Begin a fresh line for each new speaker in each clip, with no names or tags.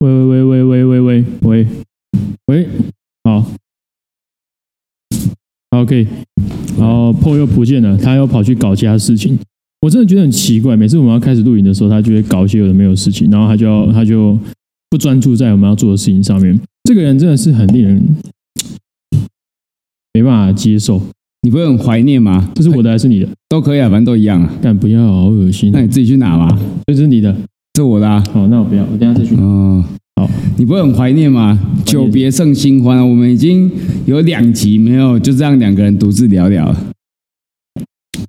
喂喂喂喂喂喂喂喂，好，好可以，然后 p o 哦又不见了，他又跑去搞其他事情，我真的觉得很奇怪，每次我们要开始录影的时候，他就会搞一些有的没有的事情，然后他就要他就不专注在我们要做的事情上面，这个人真的是很令人没办法接受，
你不会很怀念吗？
这是我的还是你的？
都可以啊，反正都一样啊。
干不要，好恶心
那，你自己去拿吧，
这是你的，
这我的啊。
好，那我不要，我等一下再去。
嗯，
好，
你不会很怀念吗？久别胜新欢啊，我们已经有两集没有就这样两个人独自聊聊了。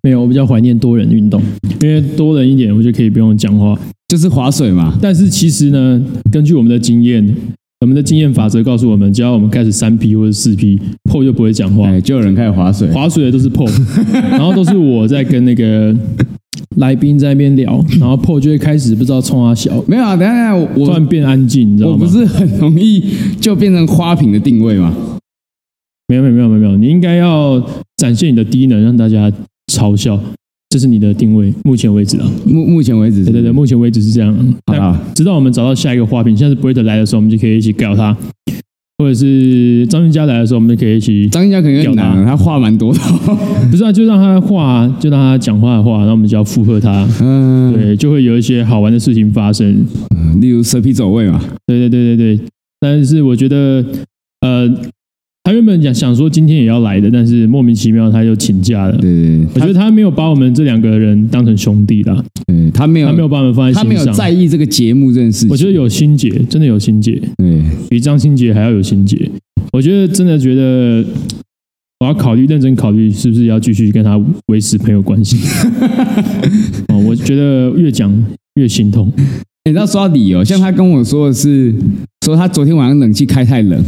没有，我比较怀念多人运动，因为多人一点，我就可以不用讲话。
就是划水嘛，
但是其实呢，根据我们的经验，我们的经验法则告诉我们，只要我们开始三 P 或者四 P，PO 就不会讲话，
哎，就有人开始划水。
划水的都是 PO，然 后都是我在跟那个来宾在那边聊，然后 PO 就会开始不知道冲他小，
没有啊，等一下等一下
突然
我
变安静，你知
我
道
我不
吗？
是很容易就变成花瓶的定位嘛。
没有没有没有没有没有，你应该要展现你的低能，让大家嘲笑，这是你的定位，目前为止啊。
目目前为止是，
对对对，目前为止是这样。啊
好啦
那直到我们找到下一个花瓶，下次 Brett 来的时候，我们就可以一起搞他；或者是张俊佳来的时候，我们就可以一 起，
张一佳可能有点难
表
了，他话蛮多的。
不是啊，就让他画，就让他讲话的话，然后我们就要附和他，
嗯，
对，就会有一些好玩的事情发生。
例如蛇皮走位嘛，
对对对对对，但是我觉得，呃，他原本想想说今天也要来的，但是莫名其妙他就请假了。
对对
我觉得他没有把我们这两个人当成兄弟啦，
对，他没有
他没有把我们放在
他没
心
有在
上。
意这个节目这件事情。
我觉得有心结，真的有心结。
对，
比张新杰还要有心结。我觉得真的觉得，我要考虑认真考虑，是不是要继续跟他维持朋友 关系。哦，我觉得越讲越心痛。
你知道说到理哦由，像他跟我说的是，说他昨天晚上冷气开太冷，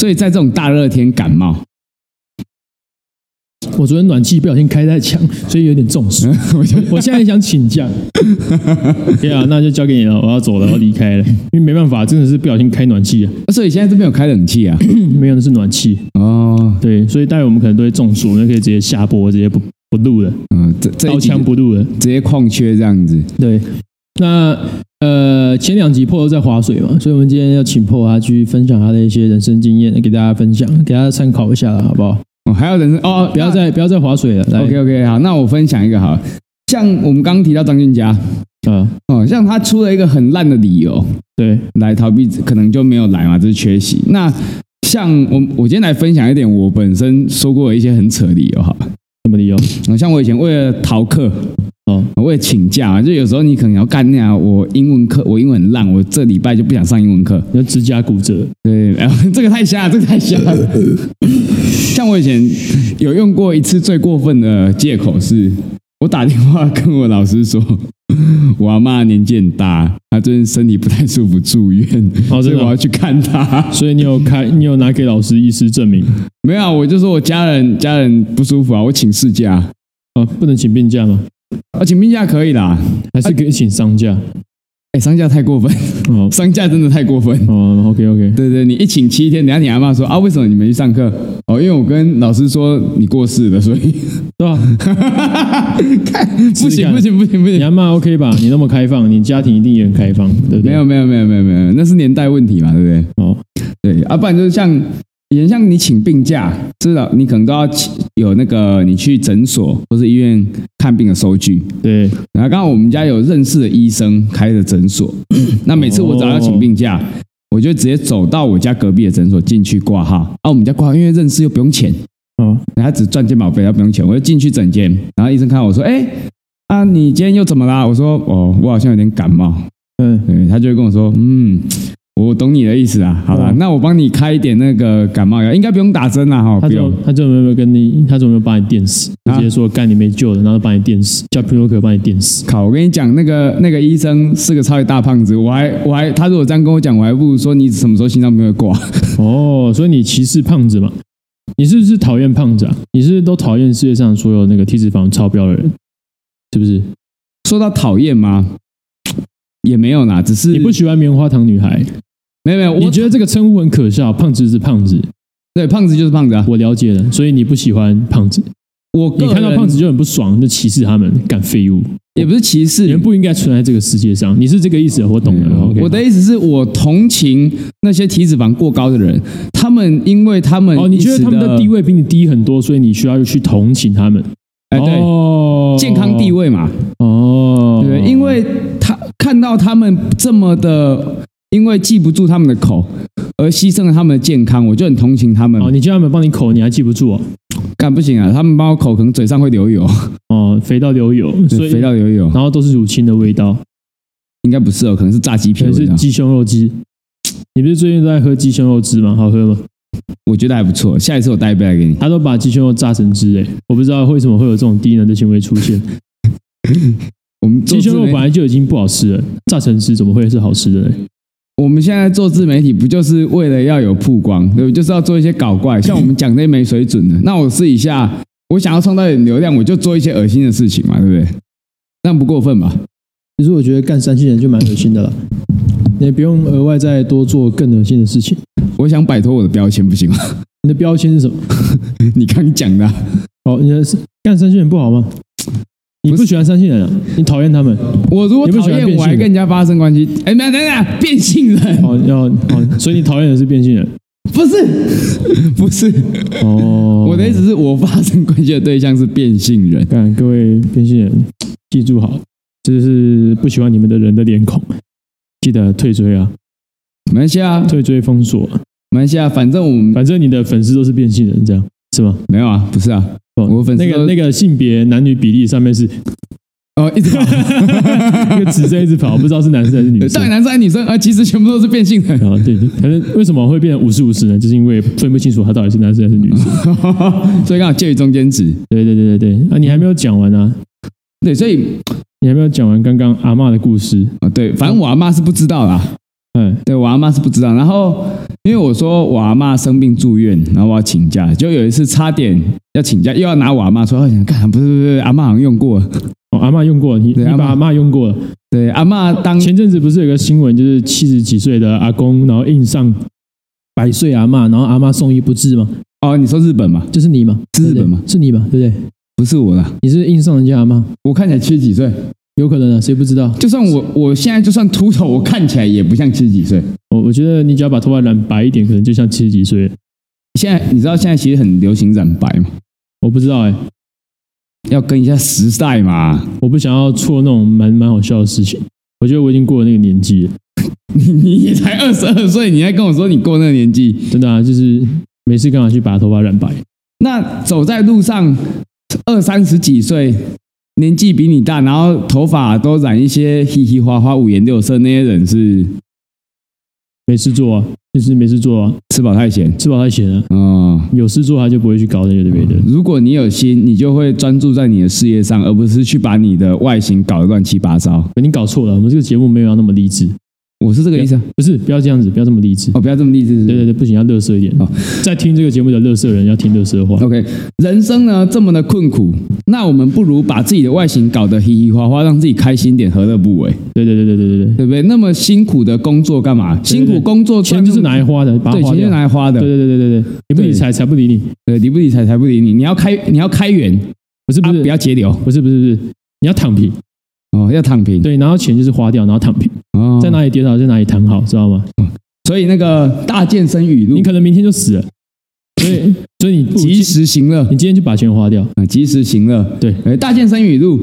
所以在这种大热天感冒。
我昨天暖气不小心开太强，所以有点中 暑。
我就
我现在想请假。对啊，那就交给你了，我要走了，我要离开了，因为没办法，真的是不小心开暖气啊，
所以现在这边有开冷气啊？
没有那是暖气。
哦，
对，所以待会我们可能都会中暑，我们就可以直接下播，直接不不录了，
嗯，这这
刀
一集
枪不入了。
直接旷缺这样子。
对，那呃前两集破都在划水嘛，所以我们今天要请破他去分享他的一些人生经验，给大家分享，给大家参考一下啦，好不好？
哦，还有人哦哦，
不要再不要再划水了，来，
OK OK 好，那我分享一个好了，像我们刚刚提到张俊佳，
啊，
哦，像他出了一个很烂的理由
对，
来逃避，可能就没有来嘛，这是缺席。那像我我今天来分享一点我本身说过的一些很扯的理由好了，
什么理由？
哦像我以前为了逃课，
哦，
我也请假嘛，就有时候你可能要干那样，我英文课我英文很烂，我这礼拜就不想上英文课。
你的指甲骨折，
对， 哎呦这个太瞎了，这个太瞎了。 像我以前有用过一次最过分的借口是，我打电话跟我老师说，我阿妈年纪很大，她最近身体不太舒服，住院，
哦
所
真
以
的
我要去看她。
所以你有开，你有拿给老师医师证明
没有啊，我就说我家人家人不舒服啊，我请事假，
啊？不能请病假吗？
啊，请病假可以啦。
还是可以请丧假？
哎，商假太过分，
哦
商假真的太过分。
哦，OK OK，
对对，你一请七天，等一下你阿妈说啊，为什么你没去上课？哦，因为我跟老师说你过世了，所以
对啊吧？
不行不行不行不
啊你
行，
阿妈 OK 吧？你那么开放，你家庭一定也很开放，对不对？
没有没有没有没有没有，那是年代问题嘛，对不对？
哦，
对，啊，不然就是像以前像你请病假，至少你可能都要请有那个你去诊所或是医院看病的收据。
对，
然后刚好我们家有认识的医生开的诊所， 那每次我只要要请病假，我就直接走到我家隔壁的诊所进去挂号。啊，我们家挂号因为认识又不用钱。
哦，
他只赚健保费，他不用钱。我就进去整间，然后医生看我说：“哎、啊，你今天又怎么啦？”我说：“哦，我好像有点感冒。
嗯”，
对，他就会跟我说：“嗯，我懂你的意思啊。好啦，
嗯
那我帮你开一点那个感冒药，应该不用打针啦，哈，
他
哦不
怎
用
么。他怎么没有跟你？他怎么没有把你电死？
啊
直接说干你没救了，然后把你电死，叫皮洛克把你电 死。
靠，我跟你讲，那个那个医生是个超级大胖子，我还我还他如果这样跟我讲，我还不如说你什么时候心脏病会挂。
哦，所以你歧视胖子嘛？你是不是讨厌胖子啊？你是不是都讨厌世界上所有那个体脂肪超标的人？是不是？
说到讨厌吗？也没有啦，只是
你不喜欢棉花糖女孩？
没有没有，
你
啊我
觉得这个称呼很可笑？胖子是胖子，
对胖子就是胖子啊。
我了解了，所以你不喜欢胖子，
我个
你
人
看到胖子就很不爽，就歧视他们，干废物。
也不是歧视，
人不应该存在这个世界上。你是这个意思，啊我懂了。OK
嗯我的意思是我同情那些体脂肪过高的人，他们因为他们
哦，你觉得他们的地
位，
位比你低很多，所以你需要去同情他们。
哎，对，
哦
健康地位嘛，
哦，
对，因为他看到他们这么的，因为记不住他们的口而牺牲了他们的健康，我就很同情他们
哦，。你叫他们帮你口，你还记不住哦，
干不行啊，他们帮我口可能嘴上会流油，
哦，肥到流油，所以
肥到流油，
然后都是乳清的味道，
应该不是哦，可能是炸鸡
可
皮
能
味
是
道，
鸡胸肉汁。你不是最近都在喝鸡胸肉汁吗？好喝吗？
我觉得还不错，下一次我带一杯来给你。
他都把鸡胸肉榨成汁，哎，我不知道为什么会有这种低能的行为出 现。
我们做
鸡
自
胸肉
媒
本来就已经不好吃了，榨成汁怎么会是好吃的呢？
我们现在做自媒体，不就是为了要有曝光，对不对？就是要做一些搞 怪，像我们讲那些没水准的。那我试一下，我想要创造一点流量，我就做一些恶心的事情嘛，对不对？那不过分吧？
其实我觉得干三星人就蛮恶心的了，你也不用额外再多做更恶心的事情。
我想摆脱我的标签，不行吗？
你的标签是什么？
你刚讲的啊、
哦，你的是干三星人不好吗？你不喜欢三星人啊？你讨厌他 们？
我如果
你不
讨
喜欢
厌，
变性
我还
人
跟人家发生关系。哎，等等等，变性人
哦，要哦，所以你讨厌的是变性人？
不是 不是，
哦，
我的意思是我发生关系的对象是变性人。
看各位变性人，记住好，这是不喜欢你们的人的脸孔，记得退追啊，
马来西亚，
退追封锁，
马来西亚，啊反正我们
反正你的粉丝都是变性人，这样是吗？
没有啊，不是啊，
哦
我粉丝
那个
都
那个性别男女比例上 面是
哦，一直 跑。
那个指针一直跑，不知道是男生还是女
到
生
底。男生还是女生？啊，其实全部都是变性人。
啊，对，对反正为什么会变成五十五十呢？就是因为分不清楚他到底是男生还是女生。
所以刚好介于中间值。
对对对对对，啊，你还没有讲完啊，
对，所以
你还没有讲完刚刚阿嬷的故事。
啊，对，反正我阿妈是不知道啦。
嗯，
对我阿妈是不知道。然后因为我说我阿妈生病住院，然后我要请假，就有一次差点要请假，又要拿我阿妈说，我想干，不是不是，不是阿妈好像用过了。
哦，阿嬷用过，你你
对阿嬷嗯
把阿嬷用过了。
对，阿妈当
前阵子不是有个新闻，就是七十几岁的阿公，然后硬上百岁阿嬷，然后阿嬷送医不治吗？
哦，你说日本嘛，
就是你吗？
是日本吗
吗？是你吗？对不对？
不是我啦，
你是硬上人家阿嬷，
我看起来七十几岁，
有可能啊，谁不知道？
就算我我现在就算秃头，我看起来也不像七十几岁。
我我觉得你只要把头发染白一点，可能就像七十几岁了。
现在你知道现在其实很流行染白嘛，
我不知道哎、
要跟一下时代嘛。
我不想要错那种蛮蛮好笑的事情。我觉得我已经过了那个年纪了，
你你也才二十二岁，你还跟我说你过那个年纪？
真的啊，就是没事干嘛去把头发染白？
那走在路上，二三十几岁，年纪比你大，然后头发都染一些稀稀花花、五颜六色，那些人是
没事做啊，就是没事做啊，
吃饱太闲
吃饱太闲了、啊
哦。
有事做他就不会去搞那有的没的。
如果你有心，你就会专注在你的事业上，而不是去把你的外形搞得乱七八糟。
你搞错了，我们这个节目没有要那么励志，
我是这个意思啊
不是不要这样子，不要这么励志。
哦，不要这么励志。
对对对，不行，要乐色一点
好。
在听这个节目的乐色人要听乐色话。
OK，人生呢这么的困苦，那我们不如把自己的外形搞得稀稀花花，让自己开心点，何乐不为？
对对对对对对对，
对不对？那么辛苦的工作干嘛？辛苦工作
钱
赚
就是拿来花的，把它
对，
花
钱就是
掉。
拿来花的。
对对对对对对，你不理财，财不理你。
对，呃理不理财财不理你，你要开你要开源，
不是
啊
不是
不要节流
不是不是不是，你要躺平。
哦，要躺平。
对，然后钱就是花掉，然后躺平，
哦，
在哪里跌倒在哪里躺好，知道吗？
所以那个大健身语录
你，可能明天就死了，所 以所以你
及时行乐
你今天就把钱花掉。
啊，及时行乐。
对
呃，大健身语录，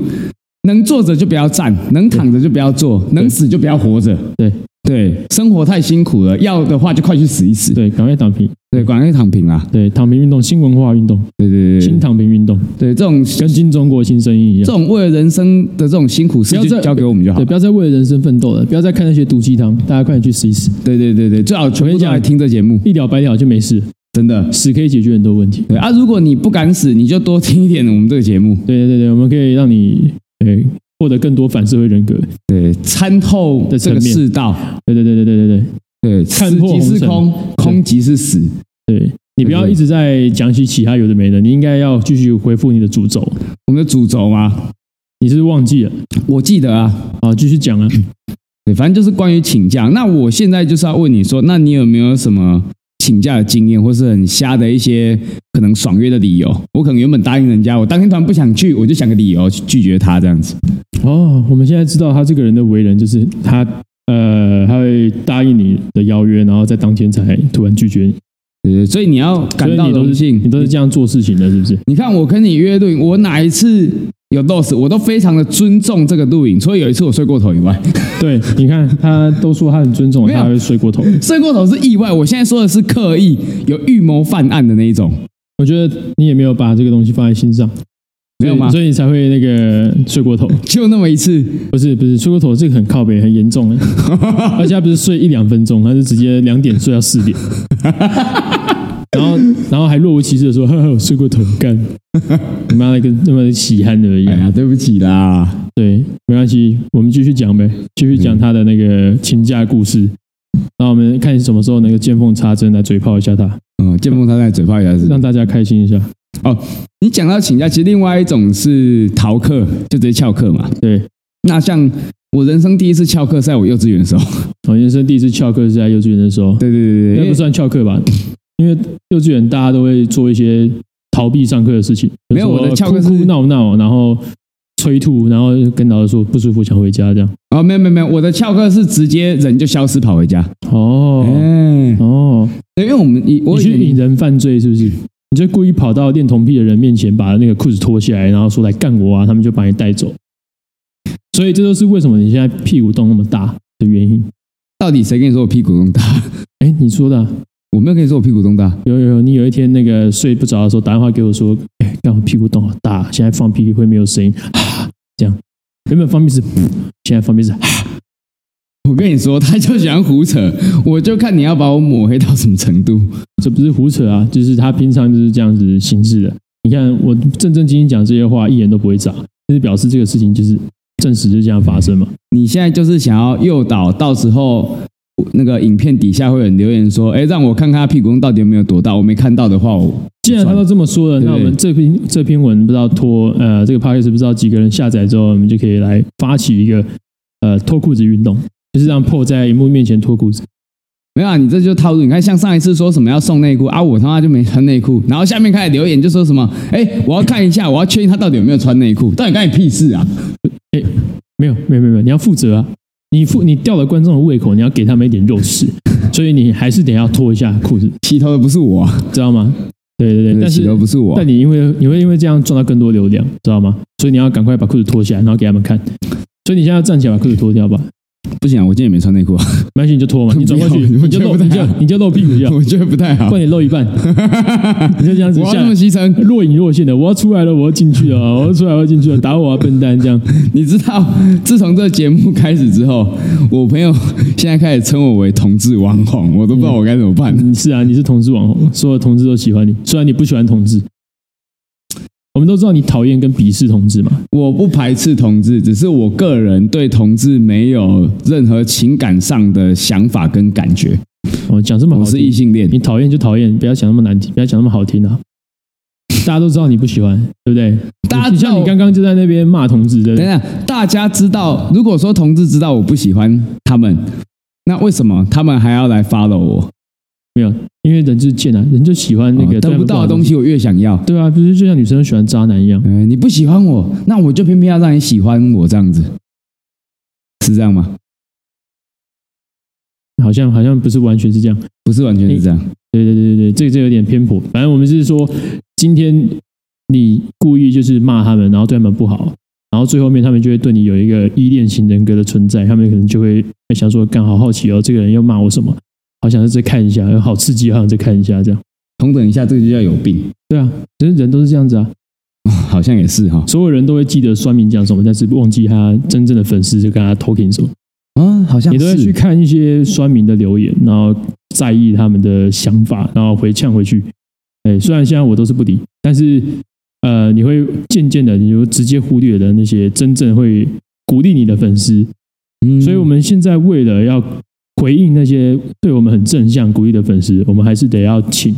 能坐着就不要站，能躺着就不要坐，能死就不要活着。
对
对，生活太辛苦了，要的话就快去死一死。
对，赶快躺平。
对，赶快躺平啦。
对，躺平运动，新文化运动，
对对对
新
对，
躺平运动，
对这种这
跟新中国新声音一样。
种为了人生的这种辛苦事
不要
就
再
交给我们就好
对，。不要再为了人生奋斗了，不要再看那些毒鸡汤，大家快点去试一试，
对对对对，最好全部都来听这节目，
一了百了就没事，
真的。
死可以解决很多问题。
对啊，如果你不敢死，你就多听一点我们这个节目，
对对对对，我们可以让你呃获得更多反社会人格。
对，参透
的
这
层
个
面
世道，
对对对对对对
对，
看
死
破
即
红
是
尘
空，空即是死，
对对，你不要一直在讲起其他有的没的，你应该要继续回复你的主轴。
我们的主轴嘛，
你是不是忘记了
我记得啊，
啊？继续讲啊。
对，反正就是关于请假。那我现在就是要问你说，那你有没有什么请假的经验，或是很瞎的一些可能爽约的理由。我可能原本答应人家，我当天突然不想去，我就想个理由去拒绝他这样子。
哦，我们现在知道他这个人的为人，就是他呃，他会答应你的邀约，然后在当天才突然拒绝你。
呃，所以你要感
所以
到
你都
荣
是
幸
你。都是这样做事情的，是不是？
你看，我跟你约录影，我哪一次有 loss，我都非常的尊重这个录影，除了有一次我睡过头以外，
对，你看他都说他很尊重我，
没有
他还会睡过头。
睡过头是意外。我现在说的是刻意有预谋犯案的那一种，
我觉得你也没有把这个东西放在心上，
没有吗
所以所以你才会那个睡过头。
就那么一次。
不是不是，睡过头这个很靠北，很严 重的，啊而且他不是睡一两分钟，他是直接两点睡到四 点，然后然后还若无其事的说，呵呵，我睡过头，干，你妈的跟他妈的喜憨而已啊
哎。呀，对不起啦，
对，没关系，我们继续讲呗，继续讲他的那个请假故事。那我们看什么时候能够见缝插针来嘴炮一下他，
嗯，见缝插在嘴炮一下子。
让大家开心一下。
哦，你讲到请假，其实另外一种是逃课，就直接翘课嘛。
对，
那像我人生第一次翘课，在我幼稚园的时候。
我人生第一次翘课哦是在幼稚园的时候，
对对对对，
那
因为
不算翘课吧？因为幼稚园大家都会做一些逃避上课的事情，
没有
比如说
我的翘课是
哭哭闹闹，然后催吐，然后跟老师说不舒服想回家这样。
哦，没有没有没有，我的翘课是直接人就消失跑回家。
哦、
哎，
哦，
对因为我们以我
你
以
去
前
引人犯罪是不是？你就故意跑到恋童癖的人面前，把那个裤子脱下来，然后说来干我啊，他们就把你带走。所以这就是为什么你现在屁股洞那么大的原因。
到底谁跟你说我屁股动大？
哎，你说的啊、
我没有跟你说我屁股动大，
有有有，你有一天那个睡不着的时候打电话给我说，哎，刚好屁股洞好大，现在放屁会没有声音，啊，这样。原本放屁是，现在放屁是，啊
我跟你说，他就喜欢胡扯，我就看你要把我抹黑到什么程度。
这不是胡扯啊，就是他平常就是这样子行事的。你看我正正经经讲这些话，一言都不会长，就是表示这个事情就是证实就这样发生嘛。
你现在就是想要诱导，到时候那个影片底下会有人留言说：“哎，让我看看他屁股到底有没有多大。”我没看到的话，我
既然他都这么说了，
对
那我们这篇这篇文不知道拖呃这个 p o d c a s 不知道几个人下载之后，我们就可以来发起一个呃脱裤子运动，就是让 PO 在荧幕面前脱裤子。
没有啊，你这就是套路。你看，像上一次说什么要送内裤啊，我他妈就没穿内裤，然后下面开始留言就说什么：“哎，我要看一下，我要确定他到底有没有穿内裤。”到底干你屁事啊？
没有没有没有没有，你要负责啊！你负你吊了观众的胃口，你要给他们一点肉 吃，所以你还是得要脱一下裤子，
洗头的不是我啊，
知道吗？对对对，但
洗
是
头不是我啊
但。你因为你会因为这样赚到更多流量，知道吗？所以你要赶快把裤子脱下来，然后给他们看。所以你现在要站起来把裤子脱掉吧，
不行啊，我今天也没穿内裤啊，
没关系你就 脱嘛，你转过去
不要
你就露
我觉
你
得不太
就
好
你就露屁股掉，
我觉得不太好
不。然你露一 半，你就这样子
我要
下
那么牺牲，
若隐若现的，我要出来了，我要进去了，我要出来，我要进去了，打我啊，笨蛋！这样
你知道，自从这节目开始之后，我朋友 现在开始称我为同志网红，我都不知道我该怎么办。
你是啊，你是同志网红，所有同志都喜欢你，虽然你不喜欢同志，我们都知道你讨厌跟鄙视同志嘛。
我不排斥同志，只是我个人对同志没有任何情感上的想法跟感觉。
哦，讲这么好
我
听，
是异性恋
你，讨厌就讨厌，不要讲那么难听，不要讲那么好听啊！大家都知道你不喜欢，对不对？
大家
你
知道啊
像你刚刚就在那边骂同志，对不对？
等等，大家知道，如果说同志知道我不喜欢他们，那为什么他们还要来 follow 我？
没有，因为人就是贱啊，人就喜欢那个啊
哦得不到的东
西。
西，我越想要。
对啊，就是就像女生喜欢渣男一样，
哎，你不喜欢我，那我就偏偏要让你喜欢我，这样子，是这样吗？
好像好像不是完全是这样。
不是完全是这样。
对对对对对，这个这有点偏颇。反正我们是说，今天你故意就是骂他们，然后对他们不好，然后最后面他们就会对你有一个依恋型人格的存在，他们可能就会哎想说，刚好好奇哦，这个人又骂我什么？好想再看一下，好刺激，好想再看一下这样。
同等一下，这个就叫有病，
对啊，其实人都是这样子啊，
好像也是哈、
所有人都会记得酸民讲什么，但是忘记他真正的粉丝就跟他 talking 什么。
啊，好像
你都会去
是。
看一些酸民的留言，然后在意他们的想法，然后回呛回去。哎，虽然现在我都是不理，但是呃，你会渐渐的，你就直接忽略了那些真正会鼓励你的粉丝。
嗯
所以我们现在为了要回应那些对我们很正向鼓励的粉丝，我们还是得要请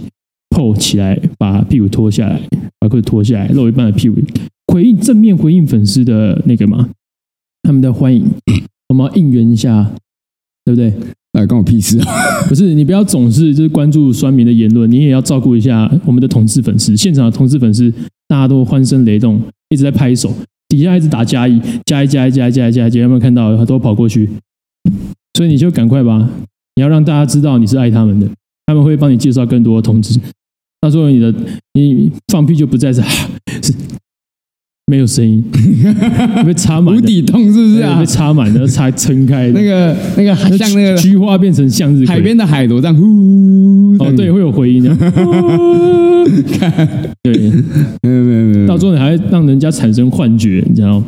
PO 起来，把屁股脱下来，把裤子脱下来，露一半的屁股，回应正面回应粉丝的那个嘛，他们的欢迎，我们要应援一下对不对？
那关我屁事 啊！
不是你不要总是就是关注酸民的言论，你也要照顾一下我们的同志粉丝。现场的同志粉丝大家都欢声雷动，一直在拍手，底下一直打加一加一加一加一加一加一，有没有看到？都跑过去，所以你就赶快吧，你要让大家知道你是爱他们的，他们会帮你介绍更多的同志。到时候你的你放屁就不再是是 没有声音，被插满
无
的，
底洞是不是
对
啊
被？插满的，插撑开的
那个那个像那个
菊花变成向日葵，
海边的海螺这样呼，
哦，对，会有回音的。 对，
没有没有没有，
到最后你还会让人家产生幻觉，你知道吗？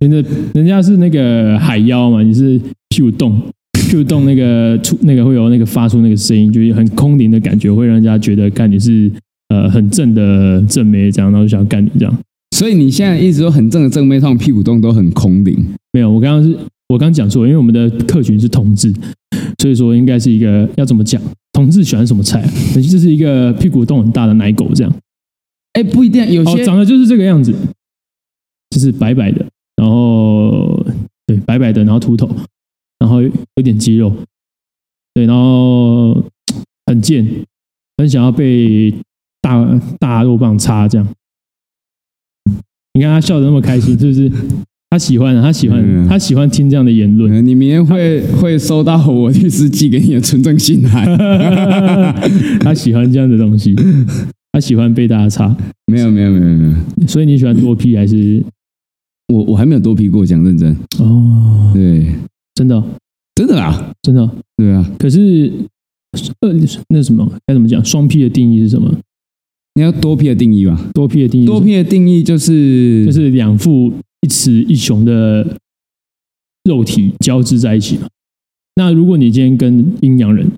人家人家是那个海妖嘛，你是屁股动，屁股动那个出那个会有那个发出那个声音，就是很空灵的感觉，会让人家觉得干你是呃很正的正妹这样，然后就想干你这样。
所以你现在一直都很正的正妹，他们屁股洞都很空灵。
没有，我刚刚是我刚讲错，因为我们的客群是同志，所以说应该是一个要怎么讲，同志喜欢什么菜，可是就是一个屁股洞很大的奶狗这样。
哎，不一定，有
哦，
些
长得就是这个样子，就是白白的，然后对白白的，然后秃头，然后有点肌肉，对，然后嘖很贱，很想要被大大肉棒插这样。你看他笑得那么开心，是不是？他喜欢，啊他喜
嗯
欢，他喜欢听这样的言论。
呃你明 天会会收到我律师寄给你的纯正信函。 嗯
他喜欢这样的东西，他喜欢被大家插。
没有没有没有没有，
所以你喜欢多批还是？
我我还没有多批过，讲认真。
哦，
对，
真的哦，
真的啊，
真的哦。
对啊，
可是，呃，那什么该怎么讲？双 P 的定义是什么？
你要多批的定义吧。
多 P 的定义是
多批的定义就是
就是两副一雌一雄的肉体交织在一起嘛。那如果你今天跟阴阳人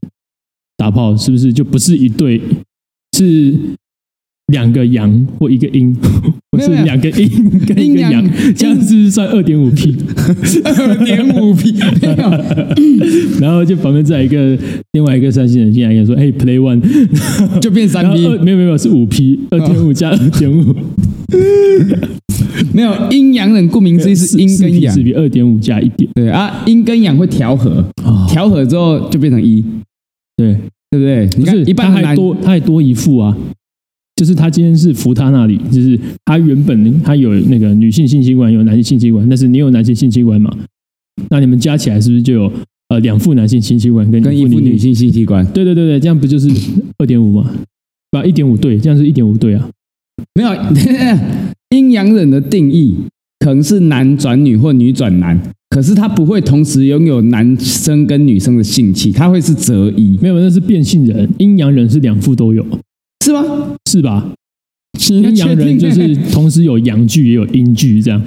打炮，是不是就不是一对，是两个阳或一个阴，或
没有
是两个阴跟一个
阴阳
阳？这样是不是算二点五 P？
二 点五批，没有
然后就旁边再一个另外一个三星人进来跟你说：“哎，play one。”
就变三
然后
批
二，没有没有没有是五 P，二点五加二点五，
没有阴阳人，顾名思义是阴跟阳
四。P 二点五加一点
对啊，阴跟阳会调和，
啊，
调和之后就变成一，
对，
对不对？你
不
看
是
一半
他
的
还
男
多他还多一副啊，就是他今天是扶他那里，就是他原本他有那个女性性器官，有男性性器官，但是你有男性性器官嘛？那你们加起来是不是就有呃两副男性性器官跟
跟一
副
副女
性？
性性器官，
对对对对，这样不就是二点五吗？不，一点五对，这样是一点五对啊。
没有 阴阳人的定义可能是男转女或女转男，可是他不会同时拥有男生跟女生的性器，他会是择一，
没有，那是变性人，阴阳人是两副都有，
是吗？
是吧？
你要
阴阳
确定
人就
欸
是同时有阳具也有阴具，这样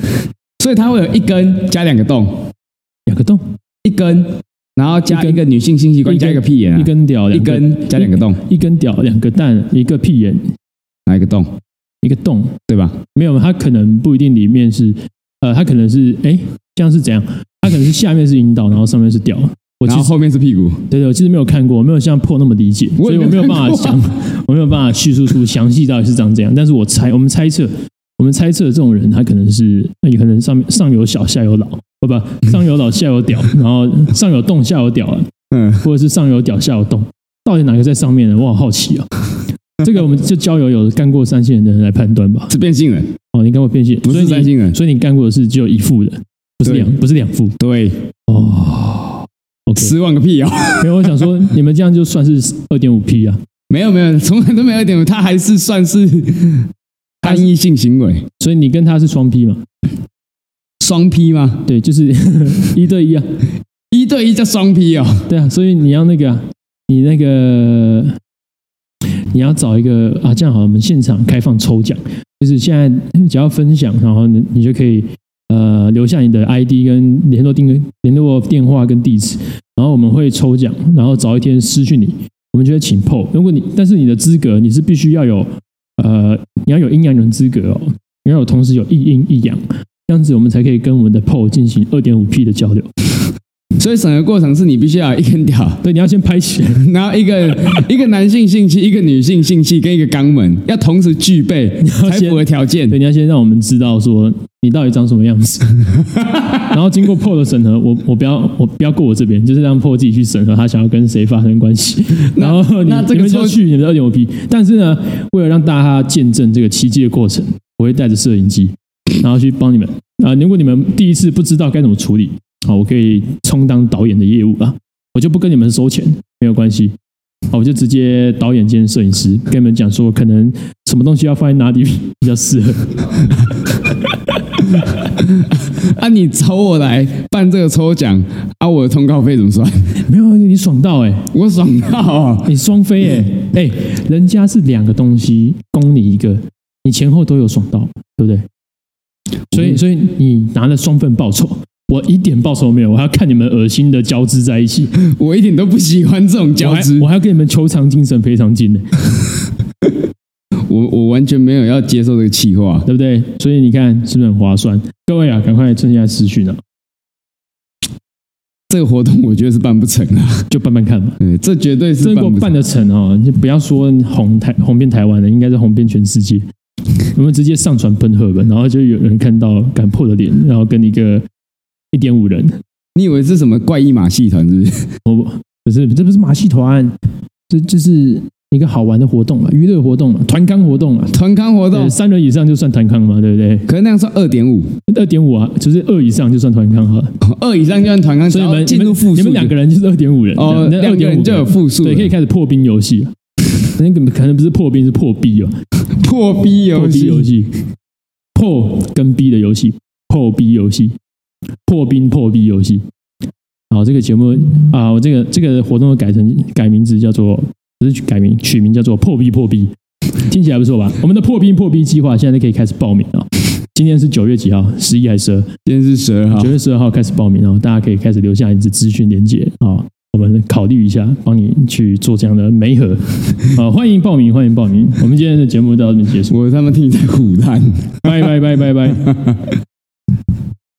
所以他会有一根加两个洞，
两个洞，
一根，然后加
一根
一个女性性器官，
一根
加一个屁眼、啊，
一根屌，
一
两个
根加两个洞，
一根屌，两个蛋，一个屁眼，
哪一个洞？
一个洞。
对吧？
没有，它可能不一定里面是，呃，它可能是哎，这样是怎样？它可能是下面是阴道，然后上面是屌。我其
然后
实
后面是屁股，
对对，我其实没有看过，我没有像破那么理解，所
我也
以我没有
没
办
有看
法
过啊
详， 我没有办法叙述出详细到底是长怎样。但是我猜，我们猜测，我们猜测这种人，他可能是，那也可能上面上有小，下有老，不不，上有老，下有屌，然后上有洞，下有屌，啊
嗯，
或者是上有屌，下有洞，到底哪个在上面呢？我好好奇 啊。这个我们就交由有干过三性人的人来判断吧。
是变性人，
哦，你干过变性，
不
所以你
是三性人。
所以你干过的是只有一副的，不是
对
两，不是两副
对，
哦。OK，
失望个屁哦！
没有，我想说你们这样就算是二点五 P 啊。
没有没有，从来都没有二点五，他还是算是单一性行为，
所以你跟他是双 P 嘛？
双 P 吗？
对，就是 一对一啊，
一对一叫双 P 哦，
对啊，所以你要那个、啊，你那个你要找一个啊，这样好了，我们现场开放抽奖，就是现在只要分享，然后你你就可以呃留下你的 ID 跟联络定联络电话跟地址，然后我们会抽奖，然后找一天私讯你，我们就会请 PO。如果你但是你的资格你是必须要有呃你要有阴阳人资格哦，你要有同时有一阴一阳。这样子，我们才可以跟我们的 PO 进行二点五 P 的交流。
所以整个过程是你必须要有一根屌，
对，你要先拍起来，
然后 一个一个男性性器，一个女性性器跟一个肛门要同时具备
要
才
先
符合条件
对，。你要先让我们知道说你到底长什么样 子？然后经过 PO 的审核，我我不要我不要过我这边，就是让 PO 自己去审核他想要跟谁发生关系。然后你
那这个
你们就
抽
去你们的二点五 P，但是呢，为了让大家见证这个奇迹的过程，我会带着摄影机，然后去帮你们啊、如果你们第一次不知道该怎么处理，好，我可以充当导演的业务啊，我就不跟你们收钱，没有关系。好，我就直接导演兼摄影师跟你们讲说，可能什么东西要放在哪里比较适合。
啊，你找我来办这个抽奖啊，我的通告费怎么算？
没有，你爽到哎、
我爽到、哦，
你双飞哎、哎、人家是两个东西供你一个，你前后都有爽到，对不对？所
嗯
以，所以你拿了双份报酬，我一点报酬都没有，我还要看你们恶心的交织在一起，
我一点都不喜欢这种
我
交
还
织，
我
我
还要跟你们求偿精神赔偿金呢，
我完全没有要接受这个气话。
对不对？所以你看是不是很划算？各位啊，赶快趁现在私讯啊，
这个活动我觉得是办不成啊，
就办办看嘛。
对，这绝对是
真
办
如
不
果
成
办。得成哦，你就不要说红台红遍台湾了，应该是红遍全世界。我们直接上传喷赫本，然后就有人看到敢破的脸，然后跟一个一点五人，
你以为是什么怪异马戏团是不是？
不是这不是马戏团，这就是一个好玩的活动嘛，娱乐活动嘛，团康活动嘛。
团康活动
对，，三人以上就算团康嘛，对不对？
可是那样算二点五，
二点五啊，就是二以上就算团康哈。
二以上就算团康，
所以你
只要
们
进入复数
你们，你们两个人就是二点五人
哦，
那
两个人
2.5
就有复数了，
对，可以开始破冰游戏啊。那个可能不是破冰，是破壁哦。
破逼
破
游
逼游
戏。
戏，破跟逼的游戏，破逼游戏，破冰破逼游戏。好，这个节目啊，我这个这个活动我改成改名字叫做，不是改名取名叫做破逼破逼，听起来不错吧？我们的破冰破逼计划现在就可以开始报名了。今天是九月几号？十一还是十二？
今天是十二号
九，月十二号开始报名哦，大家可以开始留下你的资讯连接啊、哦我们考虑一下，帮你去做这样的媒合啊、欢迎报名，欢迎报名。我们今天的节目到这边结束，
我他妈听你在胡乱。
拜拜拜拜拜。